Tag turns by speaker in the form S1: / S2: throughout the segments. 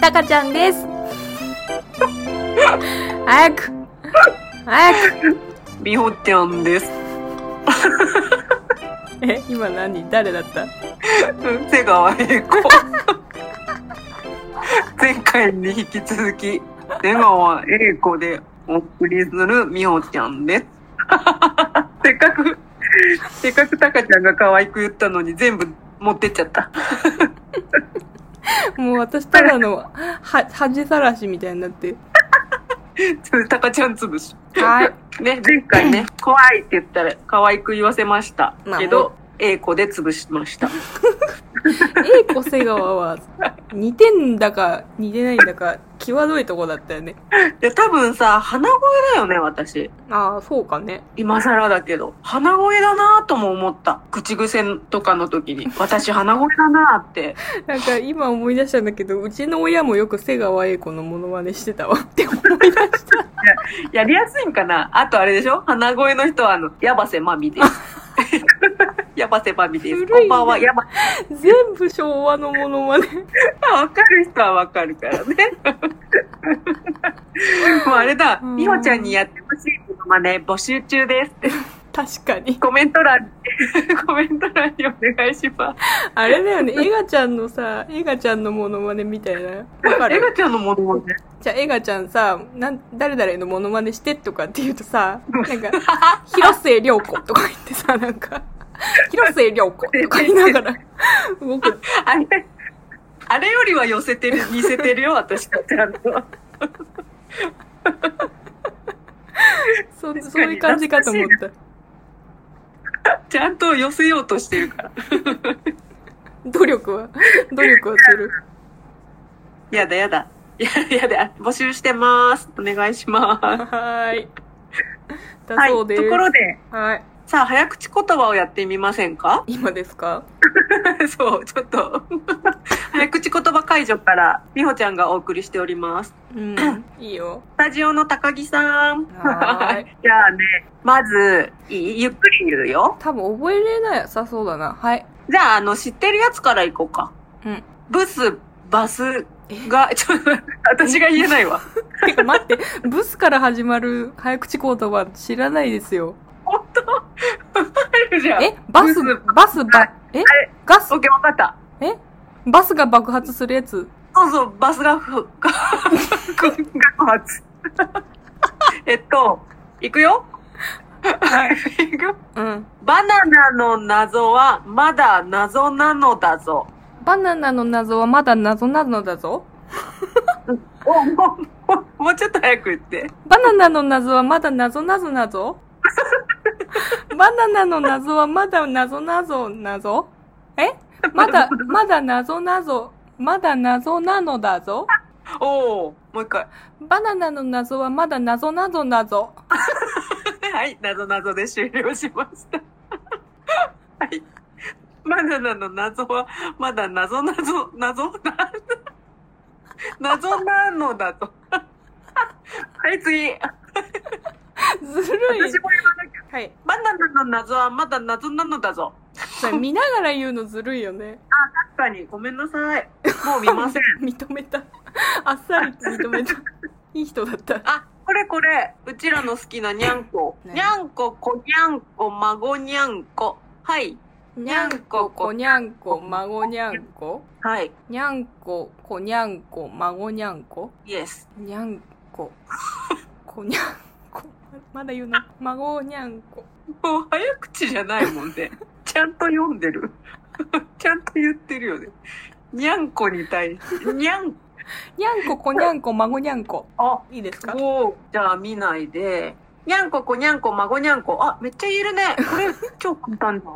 S1: たかちゃんです。早く早く
S2: みほちゃんです。
S1: え、今何誰だった
S2: 瀬川栄子。 前回に引き続き、瀬川栄子でお送りするみほちゃんです。 せっかく、せっかくたかちゃんが可愛く言ったのに全部持ってっちゃった。
S1: もう私ただの、は、恥さらしみたいになって。
S2: それたかちゃん潰し。
S1: はい。
S2: ね、前 回ね、怖いって言ったら可愛く言わせました。
S1: まあ
S2: け
S1: もう
S2: ど、栄子で潰しました。
S1: A 子瀬川は、似てんだか、似てないんだか、際どいとこだったよね。
S2: で、多分さ、鼻声だよね、私。
S1: ああ、そうかね。
S2: 今更だけど、鼻声だなぁとも思った。口癖とかの時に、私鼻声だなぁって。
S1: なんか今思い出したんだけど、うちの親もよく瀬川 A 子のモノマネしてたわって思い出した。
S2: やりやすいんかなあとあれでしょ鼻声の人は、あの、ヤバセマミです。 ヤバセマミです。
S1: 古いね
S2: こんばんは、ヤバ。
S1: 全部昭和のモノマネ。
S2: わかる人はわかるからね。 もうあれだ、
S1: うん
S2: みほちゃんにやってほしいものまね、募集中ですって。
S1: 確かに。
S2: コメント欄に、コメント欄にお願いします。
S1: あれだよね、エガちゃんのさ、エガちゃんのモノマネみたいな。わか
S2: エ
S1: る
S2: ガちゃんのものまね。
S1: じゃあ、エガちゃんさ、なん、誰々のモノマネしてとかって言うと さ、なんか、広末涼子とか言ってさ、なんか、広末涼子とか言いながら、動く。
S2: あれ、あれよりは寄せてる、似せてるよ、私はちゃんと。
S1: そそういう感じかと思った。
S2: ちゃんと寄せようとしてるから。
S1: 努力は、努力はする。
S2: やだやだ。やだやだ。募集してます。お願いします。
S1: はーい。だ
S2: はい。
S1: そう
S2: と
S1: です。
S2: ころで、
S1: はい。
S2: さあ、早口言葉をやってみませんか
S1: 今ですか
S2: そう、ちょっと。 早口言葉会場から、みほちゃんがお送りしております。
S1: うん。 いいよ。
S2: スタジオの高木さん。
S1: はーい。
S2: じゃあね、まず、いいゆっくり言うよ。
S1: 多分覚えれなさそうだな。はい。
S2: じゃあ、あの、知ってるやつからいこうか。
S1: うん。
S2: ブス、バスが、ちょっと、私が言えないわ。
S1: てか待って、ブスから始まる早口言葉知らないですよ。
S2: 本当わかるじゃん。
S1: えバス
S2: ブス、
S1: バスば、え
S2: あれ
S1: ガス
S2: オッ、ケー、わかった。
S1: えバスが爆発するやつ。
S2: そうそう、バスがふ、が、が、が、えっと、いくよ。
S1: はい。
S2: いくよ
S1: うん。
S2: バナナの謎はまだ謎なのだぞ。
S1: バナナの謎はまだ謎なのだぞ。
S2: おもう、もうもうちょっと早く言って。
S1: バナナの謎はまだ謎なぞな ぞ。バナナの謎はまだ謎なぞなぞ。えまだ、まだ謎なぞ。まだ謎なのだぞ。
S2: おお、もう一回。
S1: バナナの謎はまだ謎なぞなぞ。
S2: はい、謎謎で終了しました。 はい。バナナの謎は、まだ謎謎、謎な、謎なのだと。 はい、次。私
S1: ずるい。
S2: も言わなきゃ。
S1: はい。
S2: バナナの謎はまだ謎なのだぞ。
S1: それ見ながら言うのずるいよね。
S2: 確かに、ごめんなさい。もう見ません。
S1: 認めた。 あっさり認めた。いい人だった。
S2: あ、これこれ。うちらの好きなにゃんこ。
S1: ね
S2: にゃんこ、こにゃんこ、孫にゃんこ。はい。
S1: にゃんこ、こにゃんこ、孫にゃんこ。
S2: はい。
S1: にゃんこ、こにゃんこ、孫にゃんこ。
S2: イエス。
S1: にゃんこ。こにゃんこ。まだ言うの孫にゃんこ。
S2: もう早口じゃないもんね。 ちゃんと読んでる。 ちゃんと言ってるよね。にゃんこに対して。にゃん、
S1: にゃんこ、こにゃんこ、孫にゃんこ。
S2: あ、
S1: いいですか
S2: おうじゃあ見ないで。にゃんここにゃんこ孫にゃんこ。あ、めっちゃ言えるね。これ、超簡単だ。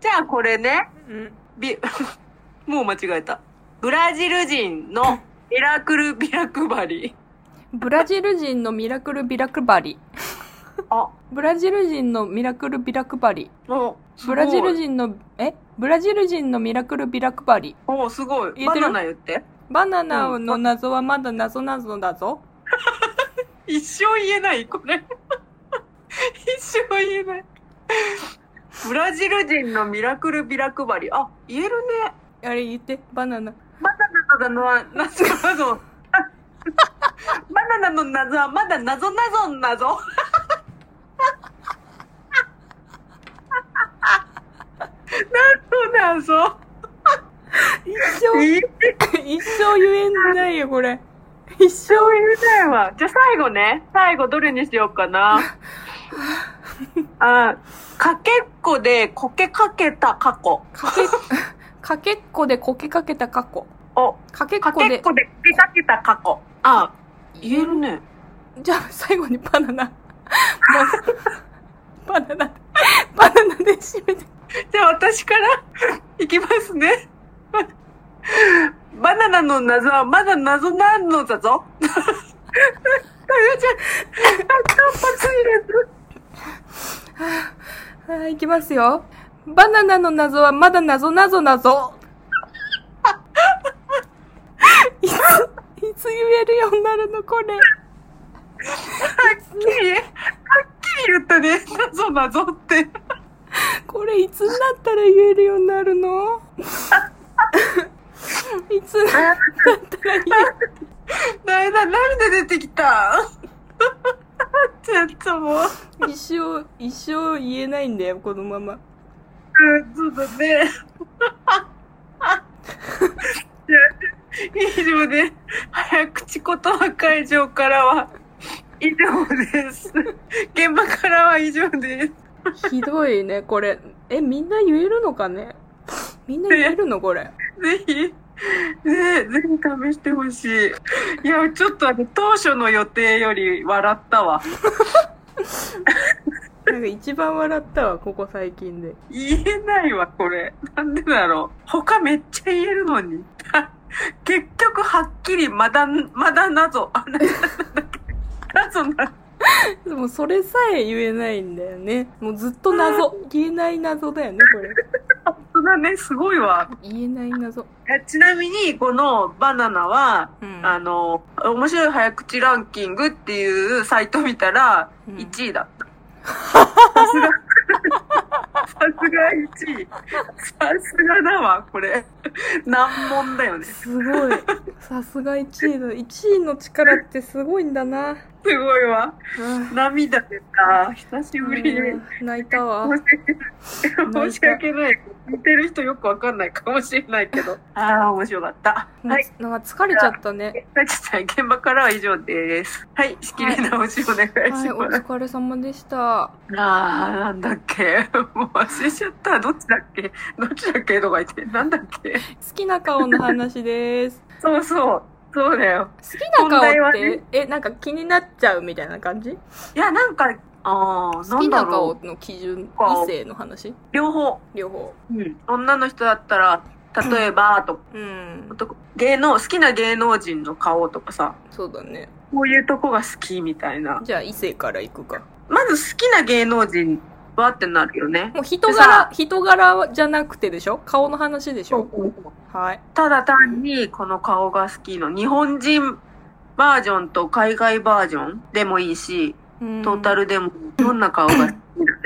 S2: じゃあこれね。
S1: うん。
S2: び、 もう間違えた。ブラジル 人のミラクルビラ配り。
S1: ブラジル人のミラクルビラ配り。
S2: あ、
S1: ブラジル人のミラクルビラ配り。
S2: もう、
S1: ブラジル人
S2: 人。
S1: の、えブラジル人のミラクルビラ配り。
S2: おうすごい。
S1: 言え
S2: バ
S1: てる
S2: ナナ言って。
S1: バナナの謎はまだ謎なぞだぞ。
S2: 一生言えない、これ。一生言えない。ブラジル人のミラクルビラ配り。あ、言えるね。
S1: あれ言って、バナナ。
S2: バナナとだのは謎謎。バナナの謎はまだ謎謎謎。 謎謎。
S1: 一生、
S2: い
S1: 一生言えないよ、これ。一生
S2: そういうだよわ。じゃあ最後ね。最後どれにしようかな。あ、かけっこでこけかけた過去。
S1: かけ、 かけっこでこけかけた過去。
S2: お、
S1: かけっ
S2: か
S1: こ
S2: け
S1: で
S2: っ。こでこけかけた過去。あ、言えるね。
S1: じゃあ、最後にバナ ナ。バナナ、バナナで締めて。
S2: じゃあ私から いきますね。 バナナの謎はまだ謎なんのだぞ。かよちゃん、活発に
S1: はい、いきますよ。バナナの謎はまだ謎謎謎。いつ、いつ言えるようになるのこれ。
S2: はっきり、はっきり言ったね。謎謎って。
S1: これいつになったら言えるようになるのいつになったら言える
S2: だめだ、涙出てきた。 ちょっともう、
S1: 一生、一生言えないんだよ、このまま。
S2: うんそうだね。いや以上で、早口言葉会場からは、以上です。現場からは以上です。
S1: ひどいね、これ。え、みんな言えるのかねみんな言えるのこれ。
S2: ぜひ、ねえ、ぜひ試してほしい。いや、ちょっとあの当初の予定より笑ったわ。
S1: なんか一番笑ったわ、ここ最近で。
S2: 言えないわ、これ。なんでだろう。他めっちゃ言えるのに。結局、はっきり、まだ、まだ謎。あ、ななんだっけ謎な、
S1: でもそれさえ言えないんだよね。もうずっと謎。言えない謎だよね、これ。
S2: 本当だね、すごいわ。
S1: 言えない謎。
S2: えちなみに、このバナナは、
S1: うん
S2: あの、面白い早口ランキングっていうサイト見たら、
S1: うん
S2: 1位だった。さすが、さすが1位。さすがだわ、これ。難問だよね。
S1: すごい。さすが1位の、1位の力ってすごいんだな。
S2: すごいわ。
S1: あ
S2: 涙出た。久しぶりに。
S1: ー泣いたわ
S2: 申。し訳ない。申し訳ない。見てる人よくわかんないかもしれないけど。ああ、面白かった。はい。
S1: なんか疲れちゃったね。
S2: さちさん、現場からは以上です。はい。仕切り直しお願いします。
S1: はい、お疲れ様でした。
S2: ああ、なんだっけ。もう忘れちゃった。どっちだっけどっちだっけとか言って。なんだっけ
S1: 好きな顔の話です。
S2: そうそう。そうだよ。
S1: 好きな
S2: 本題
S1: 顔っ
S2: は
S1: て、
S2: ね
S1: え、なんか気になっちゃうみたいな感じ
S2: いや、なんか、ああ、
S1: 好
S2: な
S1: き
S2: んだ
S1: な
S2: ろ
S1: 顔
S2: う。
S1: の基準、
S2: 顔
S1: 異性の話
S2: 両方。
S1: 両方。
S2: うん。女の人だったら、例えば、とか
S1: うん。
S2: 男芸能、好きな芸能人の顔とかさ、
S1: そうだね。
S2: こういうとこが好きみたいな。
S1: じゃあ異性から行くか。
S2: まず好きな芸能人はってなるよね。
S1: もう人
S2: で
S1: 柄
S2: さ、
S1: 人柄じゃなくてでしょ顔の話でしょはい。
S2: ただ単にこの顔が好きの日本人バージョンと海外バージョンでもいいし、
S1: うん
S2: トータルでもどんな顔が好きだ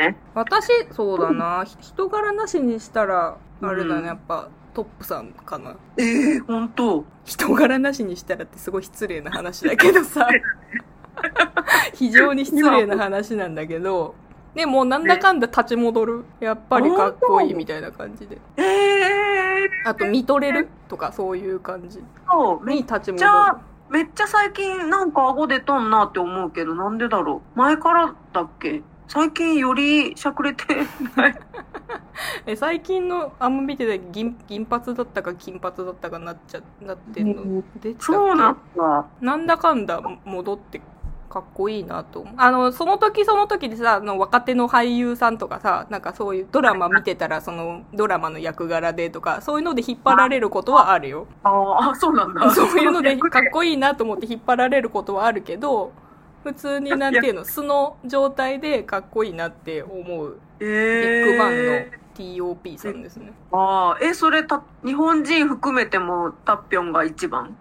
S2: ね。
S1: 私、そうだな。ひ人柄なしにしたら、あれだ
S2: うん
S1: ね、やっぱ、トップさんかな。
S2: ええ本当
S1: 人柄なしにしたらってすごい失礼な話だけど さ非常に失礼な話なんだけどでもうなんだかんだ立ち戻るやっぱりかっこいいみたいな感じで
S2: ええ
S1: あと見とれるとかそういう感じ
S2: そう、
S1: に
S2: めっ
S1: 立ち戻
S2: ちゃ
S1: る、
S2: めっちゃ最近なんか顎出とんなって思うけど、なんでだろう。前からだっけ最近よりしゃくれてない
S1: え最近のあんま見てない銀銀髪だったか金髪だったかなっちゃなってんの、
S2: うん
S1: 出てたっけ
S2: そうなんだ。
S1: なんだかんだ戻ってかっこいいなと思う。あの、その時その時でさ、あの、若手の俳優さんとかさ、なんかそういうドラマ見てたら、そのドラマの役柄でとか、そういうので引っ張られることはあるよ。
S2: ああ、そうなんだ。
S1: そういうの でかっ
S2: い
S1: こいいなと思って引っ張られることはあるけど、普通になんていうの、素の状態でかっこいいなって思う、
S2: い。え
S1: ビッグバンの
S2: ー、
S1: TOP さんですね。
S2: ああ、え、それた、日本人含めてもタッピョンが一番。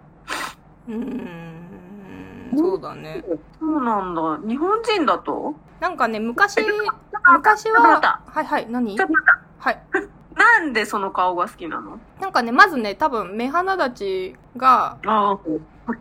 S1: うーん、そうだね。
S2: そうなんだ。日本人だと
S1: なんかね、昔、
S2: あ
S1: 昔
S2: ちょっと待
S1: は
S2: った、
S1: はいはい、何
S2: ちょっと待
S1: はい。
S2: った。な、なんでその顔が好きなの
S1: なんかね、まずね、多分、目鼻立ちが、
S2: ああ、はっ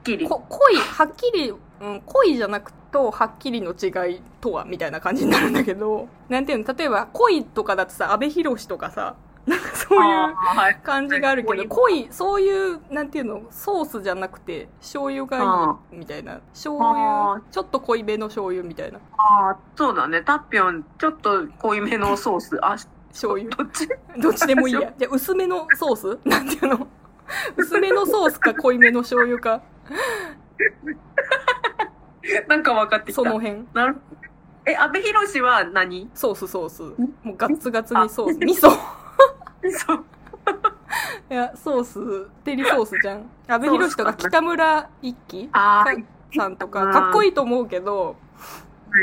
S2: きり。
S1: こ濃い、はっきり、うん、濃いじゃなくと、はっきりの違いとは、みたいな感じになるんだけど、なんていうの、例えば、濃いとかだとさ、安部寛とかさ、 なんかそういう
S2: あーはい
S1: 感じがあるけど、濃い、そういう、なんていうの、ソースじゃなくて、醤油がいい、みたいな。醤
S2: あ
S1: 油、ちょっと濃いめの醤油みたいな。
S2: ああ、そうだね。タッピョン、ちょっと濃いめのソース。あ、
S1: 醤油。
S2: どっち
S1: どっちでもいいや。じゃあ薄めのソースなんていうの薄めのソースか濃いめの醤油か、
S2: なんか分かってき
S1: そ
S2: た。
S1: の辺。
S2: なるえ、阿部寛は 何
S1: ソースソース。もうガッツガツに ソース。味噌。
S2: そう。
S1: いや、ソース、デリソースじゃん。安部寛とか北村一輝
S2: ああ、は
S1: さんとか、かっこいいと思うけど、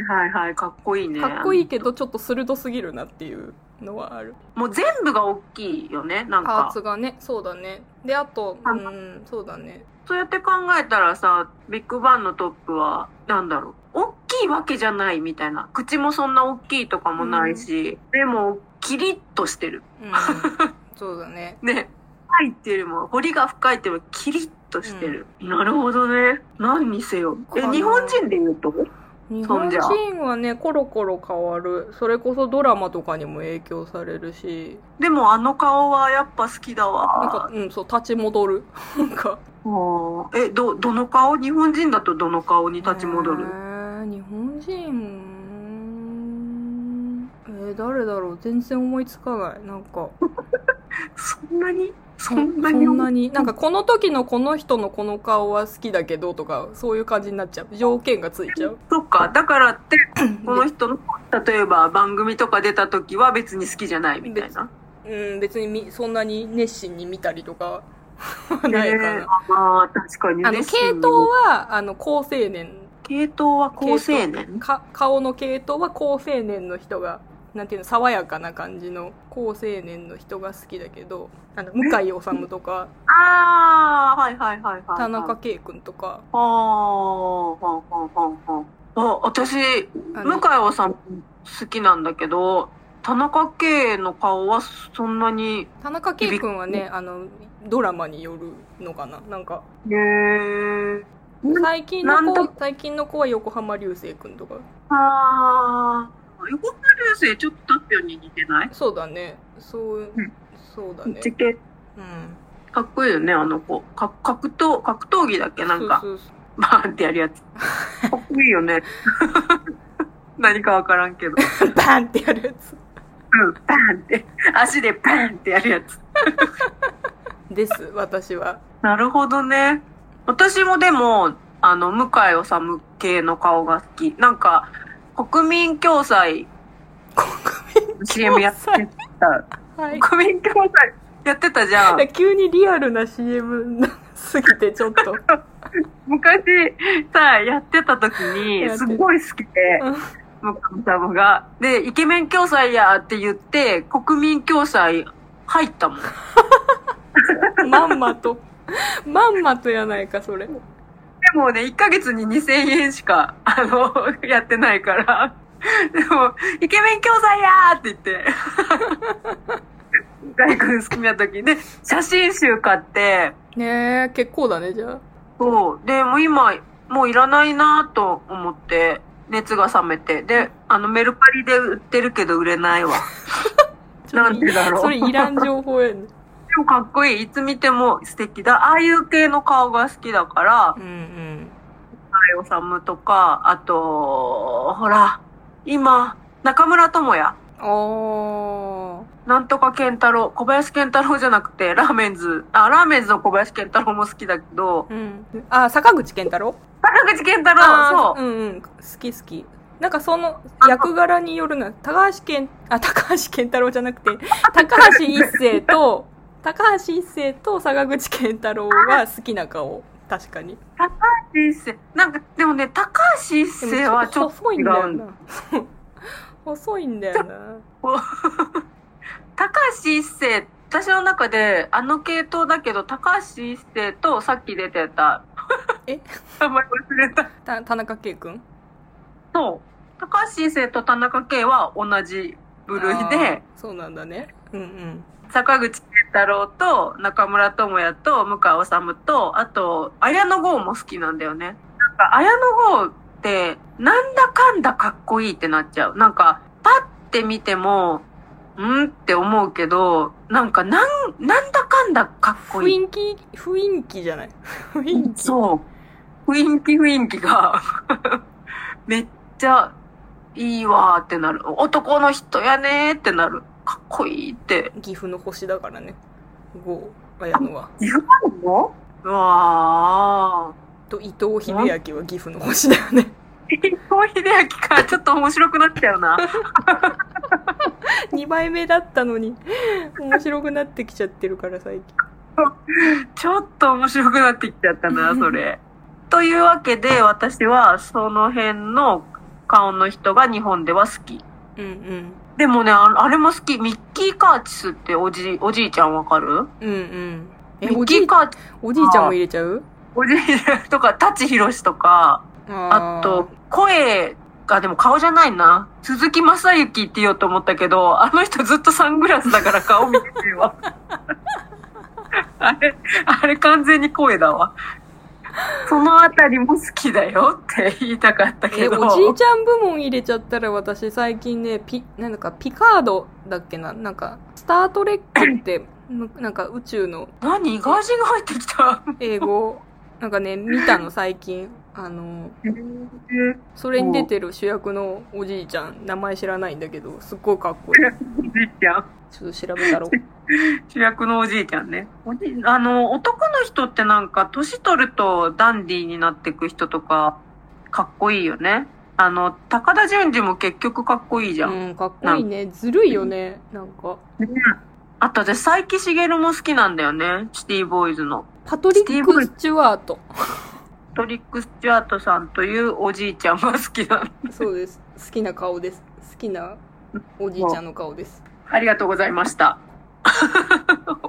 S2: いはいはい、かっこいいね。
S1: かっこいいけどちょっと鋭すぎるなっていうのはある。
S2: もう全部が大きいよね、なん
S1: パー
S2: か
S1: ツ。がね、そうだね。で、あと、う
S2: あ
S1: ん、そうだね。
S2: そうやって考えたらさ、ビッグバンのトップは、なんだろう。大きいわけじゃないみたいな。口もそんな大きいとかもないし、でも、キリッとしてる。
S1: うん。そうだね。
S2: ね。深いっていうよりも、彫りが深いっていうよりも、キリッとしてる。なるほどね。何にせよ。え、
S1: かな
S2: 日本人で言うと
S1: 日
S2: そ
S1: 本
S2: んじゃ
S1: 人はね、コロコロ変わる。それこそドラマとかにも影響されるし、
S2: でもあの顔はやっぱ好きだ
S1: なん
S2: わ
S1: か。、うん、そう、立ち戻る。なんか。
S2: あーえ、ど、どの顔日本人だとどの顔に立ち戻る
S1: えー日本人、えー、誰だろう全然思いつかない。なんか、
S2: そんなにそ
S1: そ
S2: んなに
S1: そんなに。なんか、この時のこの人のこの顔は好きだけどとか、そういう感じになっちゃう。条件がついちゃう。
S2: そっか。だか らって、この人の、例えば番組とか出た時は別に好きじゃないみたいな。
S1: うん、別にみそんなに熱心に見たりとか、 はないか
S2: えー
S1: な。
S2: あー確かにね。
S1: あの、
S2: シー
S1: 系
S2: ン
S1: 統は、あの、高青年。
S2: 系統は高青年
S1: か顔の系統は高青年の人が、なんていうの、爽やかな感じの高青年の人が好きだけど、あの、向井治とか、
S2: ああ、はいはいはいはいはい。
S1: 田中圭君とか、
S2: ああ、はあはあはあはあ。あ、私、
S1: あ
S2: 向
S1: の
S2: 井はさん好きなんだけど、田中圭の顔はそんなに、
S1: 田中圭君はね、あの、ドラマによるのかななんか、
S2: へえ。
S1: 最近
S2: なん
S1: の
S2: と
S1: 子、最近の子は横浜流星君とか。
S2: ああ、横浜流星ちょっとタッピョンに似てない
S1: そうだね。そう
S2: うん、
S1: そうだ
S2: め
S1: ね
S2: っち。ゃけ
S1: うん。
S2: かっこいいよね、あの子。か格闘、格闘技だっけなんか、
S1: そうそうそう
S2: バーンってやる やつ。かっこいいよね。 何かわからんけど。
S1: バンってやるやつ。
S2: うん、バーンって。足でバーンってやるやつ。
S1: です、私は。
S2: なるほどね。私もでも、あの、向井治系の顔が好き。なんか、国民共済
S1: 国
S2: CM やってた。
S1: 民、はい。
S2: 国民共済やってたじゃん
S1: いや。急にリアルな CM すぎてちょっと。
S2: 昔さ、やってた時に
S1: や、って
S2: す
S1: た
S2: ごい好きで、向井様が。で、イケメン共済やって言って、国民共済入ったもん。
S1: まんまと。まんまとやないか、それ。
S2: でもね、1ヶ月に2000円しか、あの、やってないから。でも、イケメン教材やーって 言って。大君好きな時で、写真集買って、
S1: ねえ、結構だね、じゃあ。
S2: そう。で、もう今、もういらないなーと思って、熱が冷めて。で、あの、メルパリで売ってるけど売れないわ。なんでだろう
S1: それいらん情報やね。
S2: でもかっこいい。いつ見ても素敵だ。ああいう系の顔が好きだから
S1: う、んうん。
S2: おさむとか、あと、ほら、今、中村智也。
S1: あ
S2: なんとか健太郎、小林健太郎じゃなくて、ラーメンズ。あ、ラーメンズの小林健太郎も好きだけど、
S1: ー。うん。あ、坂口健太郎
S2: 原口健太郎、そう。
S1: う。うんうん。好き好き。なんかその役柄によるな、高橋健、あ、高橋健太郎じゃなくて、 高橋一生と、高橋一生と坂口健太郎は好きな顔。確かに。
S2: 高橋一生。なんか、でもね、高橋一
S1: でも
S2: 生はちょっと
S1: 細い
S2: 違
S1: んだよ
S2: うんだ。
S1: な。そう 細いんだよな。
S2: 高橋一生、私の中で、あの系統だけど、高橋一生と、さっき出てた。
S1: え
S2: 名前忘れた。
S1: た田中圭君
S2: そう。高橋一生と田中圭は同じ部類で、
S1: そうなんだね。うんうん。
S2: 坂口健太郎と中村智也と向川治と、あと、綾野剛も好きなんだよね。なんか、綾野剛って、なんだかんだかっこいいってなっちゃう。なんか、パッて見ても、うんって思うけど、なんか、なん、なんだかんだかっこいい。
S1: 雰囲気、雰囲気じゃない。 雰囲気。
S2: そう。雰囲気雰囲気が、 めっちゃいいわーってなる。男の人やねーってなる。かっこいいって。
S1: 岐阜の星だからね。ゴー、綾野は。
S2: 言わんのうわ
S1: と、伊藤英明は岐阜の星だよね。
S2: ー。伊藤秀明からちょっと面白くなったよな。
S1: 2枚目だったのに、面白くなってきちゃってるから最近。
S2: ちょっと面白くなってきちゃったな、それ。というわけで、私はその辺の顔の人が日本では好き。
S1: うん
S2: でもね、ああれも好き。ミッキー・カーチスっておじい、おじいちゃんわかる
S1: うん。うんうん。え
S2: ミ、
S1: お
S2: ッキ
S1: じい
S2: ー・、カーチ
S1: おじいちゃんも入れちゃう
S2: おじいちゃんとか、舘ひろしとか、あと、声が、でも顔じゃないな。鈴木正幸って言おうと思ったけど、あの人ずっとサングラスだから顔見てる わ。あれ、あれ完全に声だわ。そのあたりも好きだよって言いたかった
S1: え
S2: けど。
S1: おじいちゃん部門入れちゃったら私最近ねピなんだかピカードだっけななんか「スター・トレック」って むなんか宇宙の
S2: 何外人が入ってきた。
S1: 英語なんかね見たの最近あのそれに出てる主役のおじいちゃん名前知らないんだけどすっごいかっ こいい
S2: おじいちゃん。
S1: ちょっと調べたろう
S2: 主役のおじいちゃんね。おじいあの、男の人ってなんか、年取るとダンディーになってく人とか、かっこいいよね。あの、高田純次も結局かっこいいじゃん。
S1: うんかっこいいねずるいよねなんか
S2: あとで、佐伯茂も好きなんだよね。シティボーイズの。
S1: パトリック・スチュワート
S2: トリック・スチュアートさんというおじいちゃんが好きなの。
S1: そうです好きな顔です好きなおじいちゃんの顔です
S2: ありがとうございました。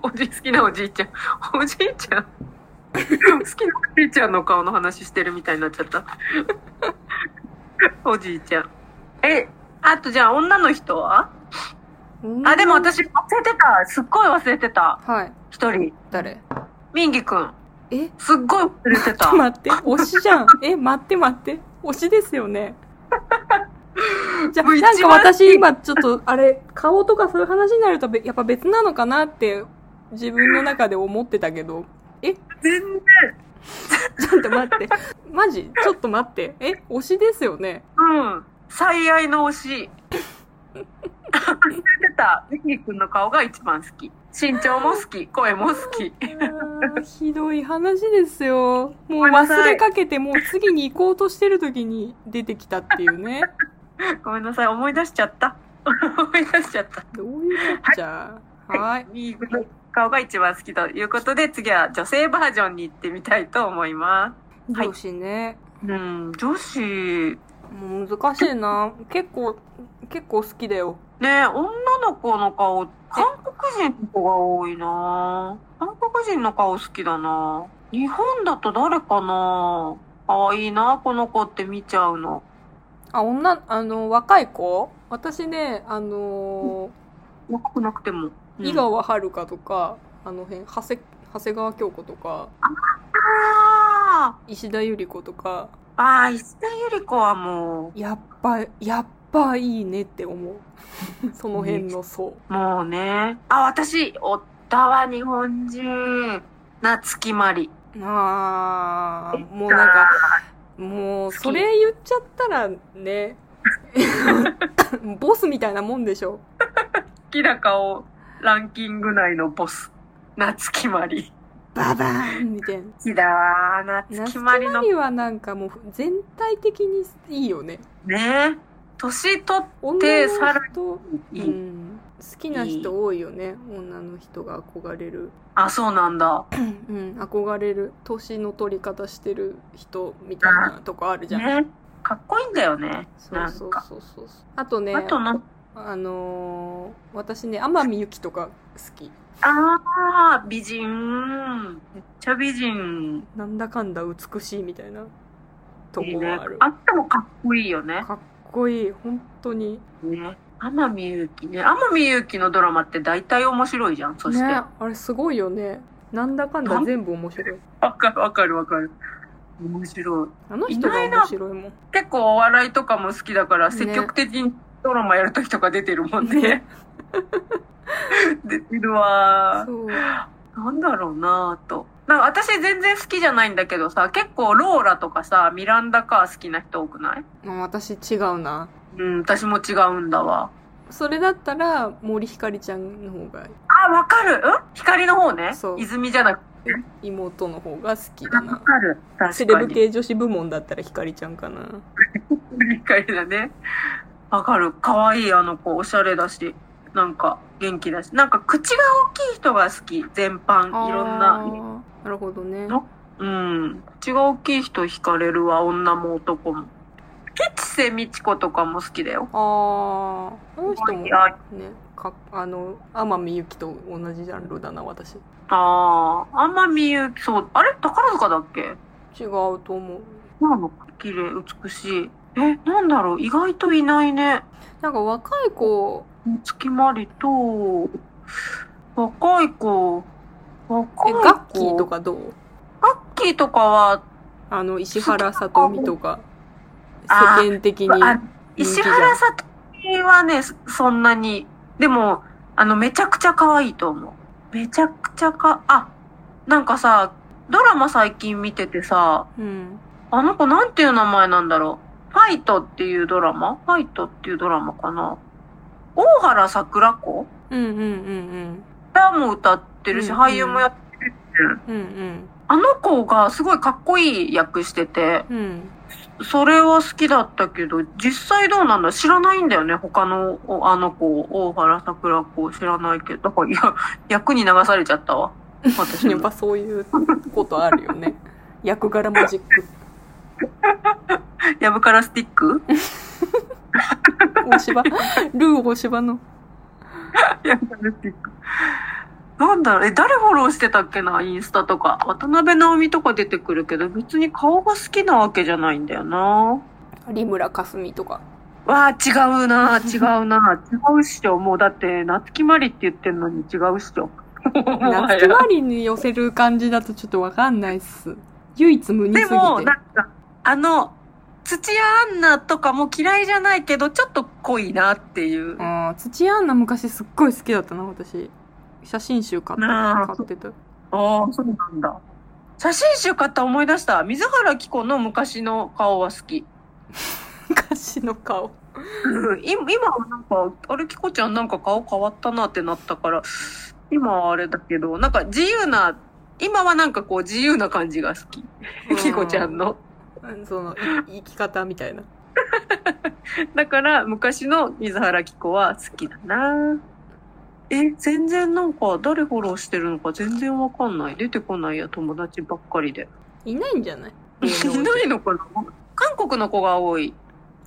S2: おじ、好きなおじいちゃん。おじいちゃん。好きなおじいちゃんの顔の話してるみたいになっちゃった。 おじいちゃん。え、あとじゃあ女の人はあ、でも私忘れてた。すっごい忘れてた。
S1: はい
S2: 一人。
S1: 誰
S2: ミンギくん。
S1: え
S2: すっごい忘れ て
S1: ちょったと。待って、推しじゃん。え、待って待って。推しですよ ね。じゃあ、
S2: もう一
S1: な
S2: 番
S1: んか私今ちょっと、あれ、顔とかそういう話になるとべ、やっぱ別なのかなって、自分の中で思ってたけど。
S2: 全然。
S1: ちょっと待って。マジちょっと待って。え、推しですよね。
S2: うん。最愛の推し。 忘れてた。ミンギくんの顔が一番好き。身長も好き。声も好き。
S1: あーひどい話ですよ。もう
S2: ごめんなさ
S1: 忘
S2: い
S1: れかけて、もう次に行こうとしてる時に出てきたっていうね。
S2: ごめんなさい、思い出しちゃった。思い出しちゃった。
S1: どういうこっちゃ。はい。
S2: 右の顔が一番好きということで、次は女性バージョンに行ってみたいと思いまはい
S1: 女子ね。
S2: す。うん、女子、
S1: もう難しいな。結構、結構好きだよ。
S2: ね女の子の顔、韓国人の子が多いな韓国人の顔好きだな日本だと誰かな可愛いなこの子って見ちゃうの。
S1: あ、女、あの、若い子私ね、あの
S2: 若くなくても。
S1: ー、井川遥とか、あの辺、長谷、長谷川京子とか、
S2: あ
S1: 石田ゆり子とか、
S2: あああ、石田ゆり子はもう、
S1: やっぱ、やっぱいいねって 思う。その辺の層。
S2: もうね。あ、私、おったわ、日本人。夏木まり。
S1: あー、もうなんか、もう、それ言っちゃったら ね、ボスみたいなもんでしょ。
S2: 好きな顔、ランキング内のボス。夏木まり。
S1: ババーンみたいな。
S2: 好きだわ、夏
S1: 夏
S2: 木
S1: 木
S2: ま
S1: マ
S2: りの。
S1: リはなんかもう全体的にいいよね。
S2: ね年取っ
S1: 女
S2: でさ
S1: の
S2: ら
S1: 人、う
S2: ていい、
S1: ん、好きな人多いよね。女の人が憧れる。
S2: あ、そうなんだ。
S1: うん、憧れる。年の取り方してる人みたいなとこあるじゃん。
S2: ね。かっこいいんだよね。
S1: そうそうそうそう。あとね、
S2: あとな、
S1: あのー私ね、天海祐希とか好き。
S2: あー、美人。めっちゃ美人。
S1: なんだかんだ美しいみたいなと
S2: いい
S1: こ
S2: ね
S1: がある。
S2: あってもかっこいいよね。
S1: かっこいい。本当に。
S2: ね。天海祐希ね。天海祐希のドラマって大体面白いじゃん、そして。
S1: ねあれすごいよねなんだかんだ全部面白い
S2: わかるわかるわかる。面白い。
S1: あの人が
S2: いないな
S1: 面白いもん
S2: 結構お笑いとかも好きだから、
S1: ね
S2: 積極的にドラマやるときとか出てるもんね。
S1: ね
S2: 出てるわ
S1: そう
S2: なんだろうなぁと。なんか私全然好きじゃないんだけどさ、結構ローラとかさ、ミランダカー好きな人多くない
S1: あ私違うな
S2: うん、私も違うんだわ。
S1: それだったら森ひかりちゃんの方が
S2: あ、わかるうん光の方ね
S1: そ。う
S2: 泉じゃなくて。
S1: 妹の方が好きだ
S2: わ
S1: な
S2: かる。
S1: セ
S2: 確
S1: レ
S2: か
S1: ブ
S2: に。
S1: 系女子部門だったらひかりちゃんかな
S2: 光だね。わかる。可愛いあの子、おしゃれだし、なんか元気だし。なんか口が大きい人が好き、全般。いろんな。
S1: なるほどね
S2: のうん。口が大きい人惹かれるわ、女も男も。吉瀬美智子とかも好きだよ。
S1: あああの人もね
S2: あ
S1: かあの天海祐希と同じジャンルだな私
S2: ああ、天海祐希、そう、あれ宝塚だっけ
S1: 違うと思う
S2: なの綺麗、美しい。え、なんだろう、意外といないね。
S1: なんか若い子
S2: 月まりと、若い子、若
S1: え
S2: い子。
S1: ガッキーと。かどう
S2: ガッキーとかは、
S1: あの石原さとみとか
S2: あー
S1: 世間的に
S2: あ
S1: 人気じゃん
S2: 石原さとみはね、そそんなに。でも、あの、めちゃくちゃ可愛いと思う。めちゃくちゃか、あ、なんかさ、ドラマ最近見ててさ、
S1: うん
S2: あの子なんていう名前なんだろう。ファイトっていうドラマファイトっていうドラマかな。大原桜子
S1: うんうんうん
S2: 歌も歌ってるし、
S1: うん
S2: 俳優もやってるし。
S1: うんうん
S2: あの子がすごいかっこいい役してて、
S1: うんうん
S2: それは好きだったけど、実際どうなんだ知らないんだよね。他のおあの子、大原桜子知らないけど。だから、いや、役に流されちゃったわ。私
S1: やっ
S2: も。
S1: ぱそういうことあるよね 役柄マジック
S2: ヤブカラスティック
S1: 大芝ルー大芝の
S2: ヤブカラスティック。なんだろう、え、誰フォローしてたっけなインスタとか。渡辺直美とか出てくるけど、別に顔が好きなわけじゃないんだよな。
S1: 有村架純とか
S2: わあ、違うな、違うな、違うっしょ。もうだって、夏木マリって言ってんのに違うっしょ。
S1: 夏 木マリに寄せる感じだとちょっとわかんないっす唯一無二
S2: です
S1: ぎて
S2: も、なんか、あの、土屋アンナとかも嫌いじゃないけど、ちょっと濃いなっていう。
S1: あー土屋アンナ昔すっごい好きだったな私写真集買った
S2: なあ
S1: 買ってた
S2: ああ、そうなんだ。写真集買った思い出した。水原希子の昔の顔は好き。
S1: 昔の顔
S2: うん今今はなんか、あれ、キコちゃんなんか顔変わったなってなったから、今はあれだけど、なんか自由な、今はなんかこう自由な感じが好き
S1: うん。
S2: キコちゃんの。
S1: うんそのい生き方みたいな
S2: だから昔の水原希子は好きだなえ、全然なんか誰フォローしてるのか全然わかんない。出てこないや、友達ばっ かりで。
S1: いないんじゃ ない
S2: いないのかな韓国の子が多い。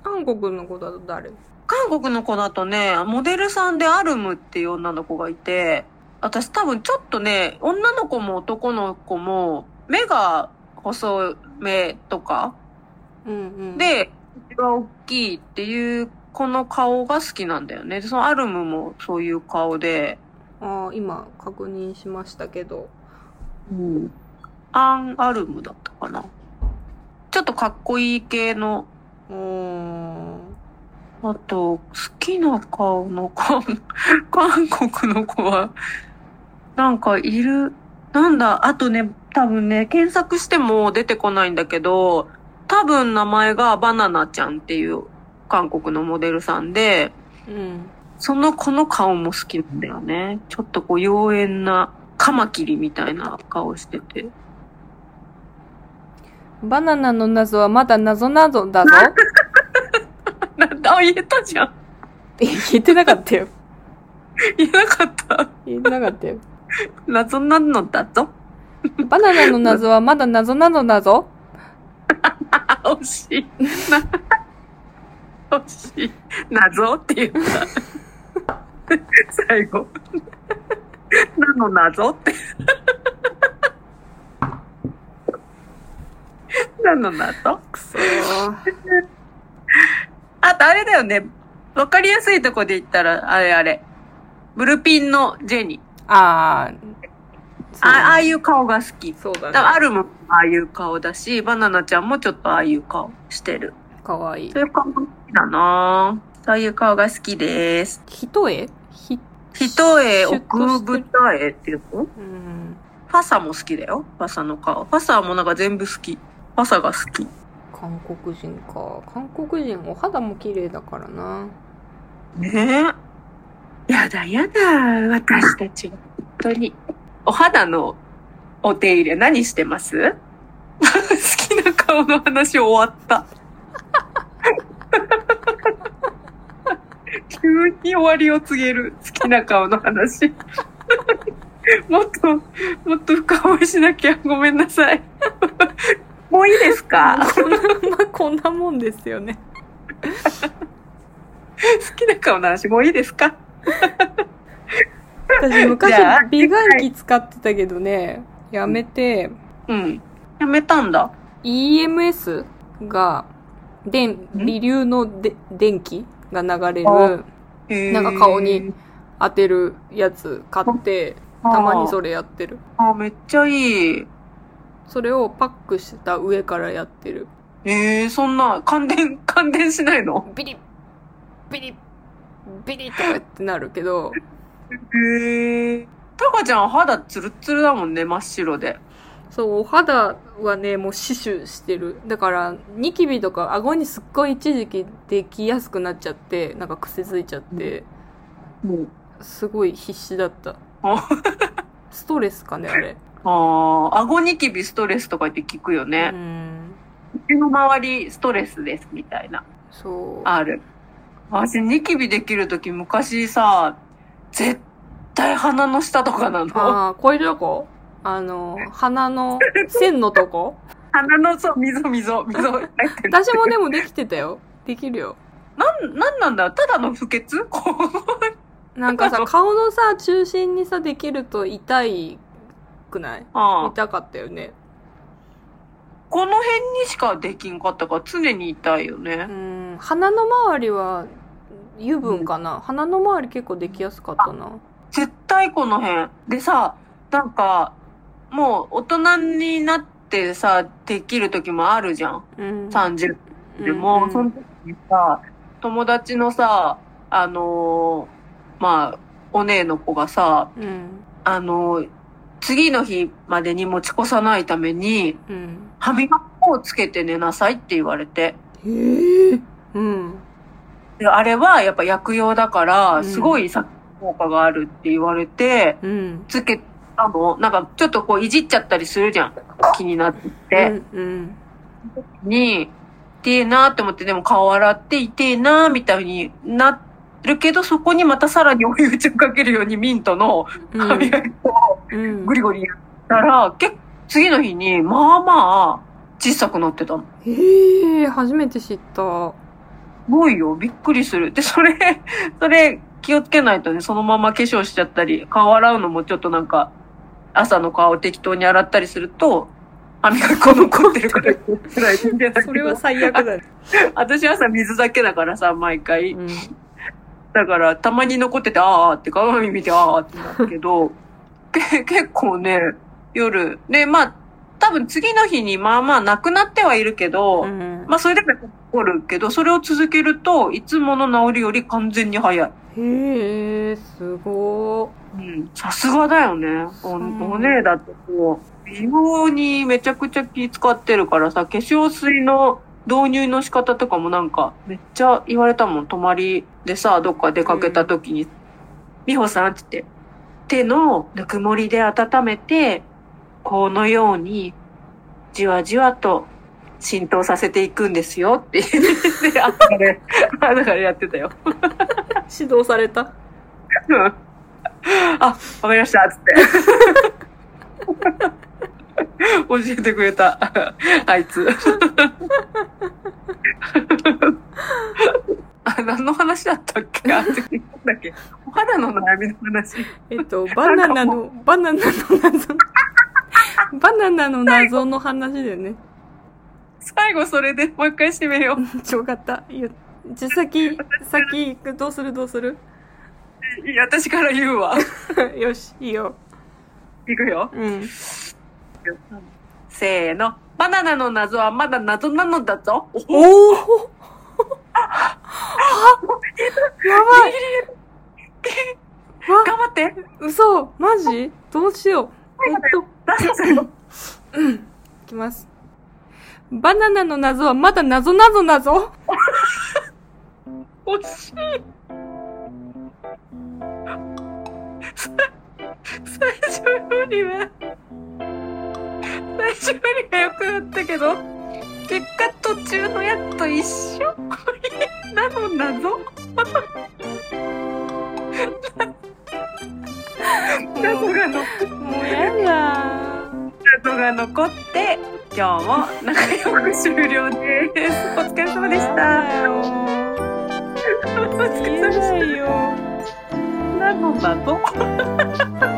S1: 韓国の子だと誰
S2: 韓国の子だとね、モデルさんでアルムっていう女の子がいて、私多分ちょっとね、女の子も男の子も、目が細めとか、
S1: うんうん
S2: で、口が大きいっていう子の顔が好きなんだよね。でそのアルムもそういう顔で、
S1: ああ今確認しましたけど
S2: うん、アン・アルムだったかな。ちょっとかっこいい系の、
S1: うーん
S2: あと、好きな顔の韓、 韓国の子は、なんかいる。なんだ、あとね、多分ね、検索しても出てこないんだけど、多分名前がバナナちゃんっていう韓国のモデルさんで、
S1: うん
S2: その子の顔も好きなんだよね。ちょっとこう妖艶なカマキリみたいな顔してて。
S1: バナナの謎はまだ謎なぞ だぞ。
S2: なんだ、あ言えたじゃん。
S1: え言ってなかったよ。
S2: 言えなかった。
S1: 言ってなかったよ。
S2: 謎なのだぞ。
S1: バナナの謎はまだ謎なのだぞ。
S2: あ、惜しい。な惜しい。謎って言った。最後。なの謎って。なの謎
S1: くそー。
S2: あとあれだよね。わかりやすいとこで言ったら、あれあれ。ブルピンのジェニー。
S1: あーそう
S2: ああ
S1: だ
S2: あ
S1: ね
S2: いう顔が好き。
S1: そうだ
S2: だから
S1: ね
S2: あるもん、ああいう顔だし、バナナちゃんもちょっとああいう顔してる。
S1: かわいい
S2: そういう顔が好きだなぁそういう顔が好きです。
S1: 一重ひ
S2: 一重、
S1: シュッと
S2: 奥
S1: してる
S2: 二重っていうの
S1: うん
S2: ファサも好きだよ。ファサの顔。ファサもなんか全部好き。ファサが好き。
S1: 韓国人か韓国人お肌も綺麗だからな
S2: ねえ。やだやだ、私たちが。本当に。お肌のお手入れ何してます好きな顔の話終わ った。急に終わりを告げる好きな顔の話。もっと、もっと深追いしなきゃごめんなさい。もういいですか
S1: こんなまあ こんなもんですよね
S2: 好きな顔の話もういいですか
S1: 私昔
S2: じゃあ
S1: 美顔器使ってたけどねやめて
S2: うん。やめたんだ。
S1: EMS が電
S2: ん
S1: 微流ので電気が流れ
S2: あ
S1: るなんか顔に当てるやつ買ってたまに
S2: れ
S1: それやってる
S2: あー、めっちゃいい。
S1: それをパックした上からやってる
S2: ええそんな、感電、 感電しないの
S1: ビリッビリッビリッとかってなるけど
S2: へえ。タカちゃん肌ツルッツルだもんね、真っ白で。
S1: そう、お肌はね、もう死守してる。だから、ニキビとか顎にすっごい一時期できやすくなっちゃって、なんか癖づいちゃって、
S2: もう。
S1: すごい必死だった
S2: あ。
S1: ストレスかね、あれ。
S2: ああ、顎ニキビストレスとかって聞くよ
S1: う
S2: ね。
S1: ん。
S2: うちの周りストレスです、みたいな。
S1: そう。
S2: ある。私、ニキビできるとき昔さ、絶対鼻の下とかなの。
S1: あー、こういうとこあの、鼻の線のと こ
S2: 鼻の、そう、溝、溝、溝 入ってる。
S1: 私もでもできてたよ。できるよ。
S2: なん、なんなんだただの不潔こう
S1: なんか
S2: な
S1: さ、
S2: んか
S1: 顔のさ、中心にさ、できると痛いくない
S2: ああ
S1: 痛かったよね。
S2: この辺にしかできんかったから常に痛いよ
S1: う
S2: ね。
S1: ん鼻の周りは油分かな、鼻の周り結構できやすかったな
S2: 絶対この辺。でさ、なんか、もう大人になってさ、できる時もあるじゃん。
S1: うん
S2: 30でも、
S1: うんうん
S2: その時にさ、友達のさ、あのーまあ、お姉の子がさ、
S1: うん
S2: あのー次の日までに持ち越さないために、
S1: うん
S2: 歯磨き粉をつけて寝なさいって言われて。
S1: へえうん
S2: であれはやっぱ薬用だか
S1: う
S2: ら、
S1: ん
S2: すごい殺菌効果があるって言われて、
S1: うん
S2: つけたの、なんかちょっとこういじっちゃったりするじゃん。気になってて。
S1: うん
S2: に、痛えなって思って、でも顔洗って痛えなみたいになるけど、そこにまたさらにお湯ちをかけるようにミントの
S1: うん
S2: 歯磨き粉を
S1: うん
S2: グリグリやったら、結構次の日に、まあまあ、小さくなってたの。
S1: へえ初めて知った
S2: すごいよ。びっくりする。で、それ、 それ気をつけないとね、そのまま化粧しちゃったり、顔洗うのもちょっとなんか、朝の顔を適当に洗ったりすると、歯磨き粉残ってるから、辛いんじゃな い
S1: それは最悪だね、
S2: 私朝水だけだからさ、毎回。
S1: うん、
S2: だから、たまに残ってて、あーあーって鏡見て、あーあーってなるけど、 け結構ね、夜。で、まあ、多分次の日にまあまあなくなってはいるけど、
S1: うん
S2: まあそれでも残るけど、それを続けると、いつもの治りより完全に早い。
S1: へえすご
S2: うん。さすがだよね。お、
S1: うん
S2: お姉だってこう、美容にめちゃくちゃ気使ってるからさ、化粧水の導入の仕方とかもなんか、めっちゃ言われたもん。泊まりでさ、どっか出かけた時に、美穂さんって言って、手のぬくもりで温めて、このように、じわじわと浸透させていくんですよって言って、あだから、 あだからやってたよ。
S1: 指導された
S2: うん あ、わかりました、つって。教えてくれた、あいつ。 あ、何の話だったっけあ、なんだっけお肌の悩みの話。
S1: えっとバナナのバナナの 謎バナナの謎の話だよね
S2: 最後それでもう一回締めよう。
S1: ちょよかった。言じゃ、先、先、どうするどうする
S2: いや私から言うわ。
S1: よし、いいよ。
S2: いくよ。
S1: うん。
S2: せーの。バナナの謎はまだ謎なのだぞ。お
S1: おお やばいわ
S2: 頑張って。
S1: 嘘マジどうしよう。えっと、
S2: 出させろ。
S1: いきます。バナナの謎はまだ謎なぞなぞ
S2: 惜しい。さ最初よりは、最初よりはよくなったけど、結果途中のやつと一緒これ、なの謎
S1: も
S2: 謎が残っ
S1: う、もうやだ
S2: 謎が残って、今日も仲良く終了です。お疲れ様でした。
S1: やだよ
S2: お疲れ
S1: 言え
S2: 様でし
S1: ないよ。
S2: た。なの謎
S1: や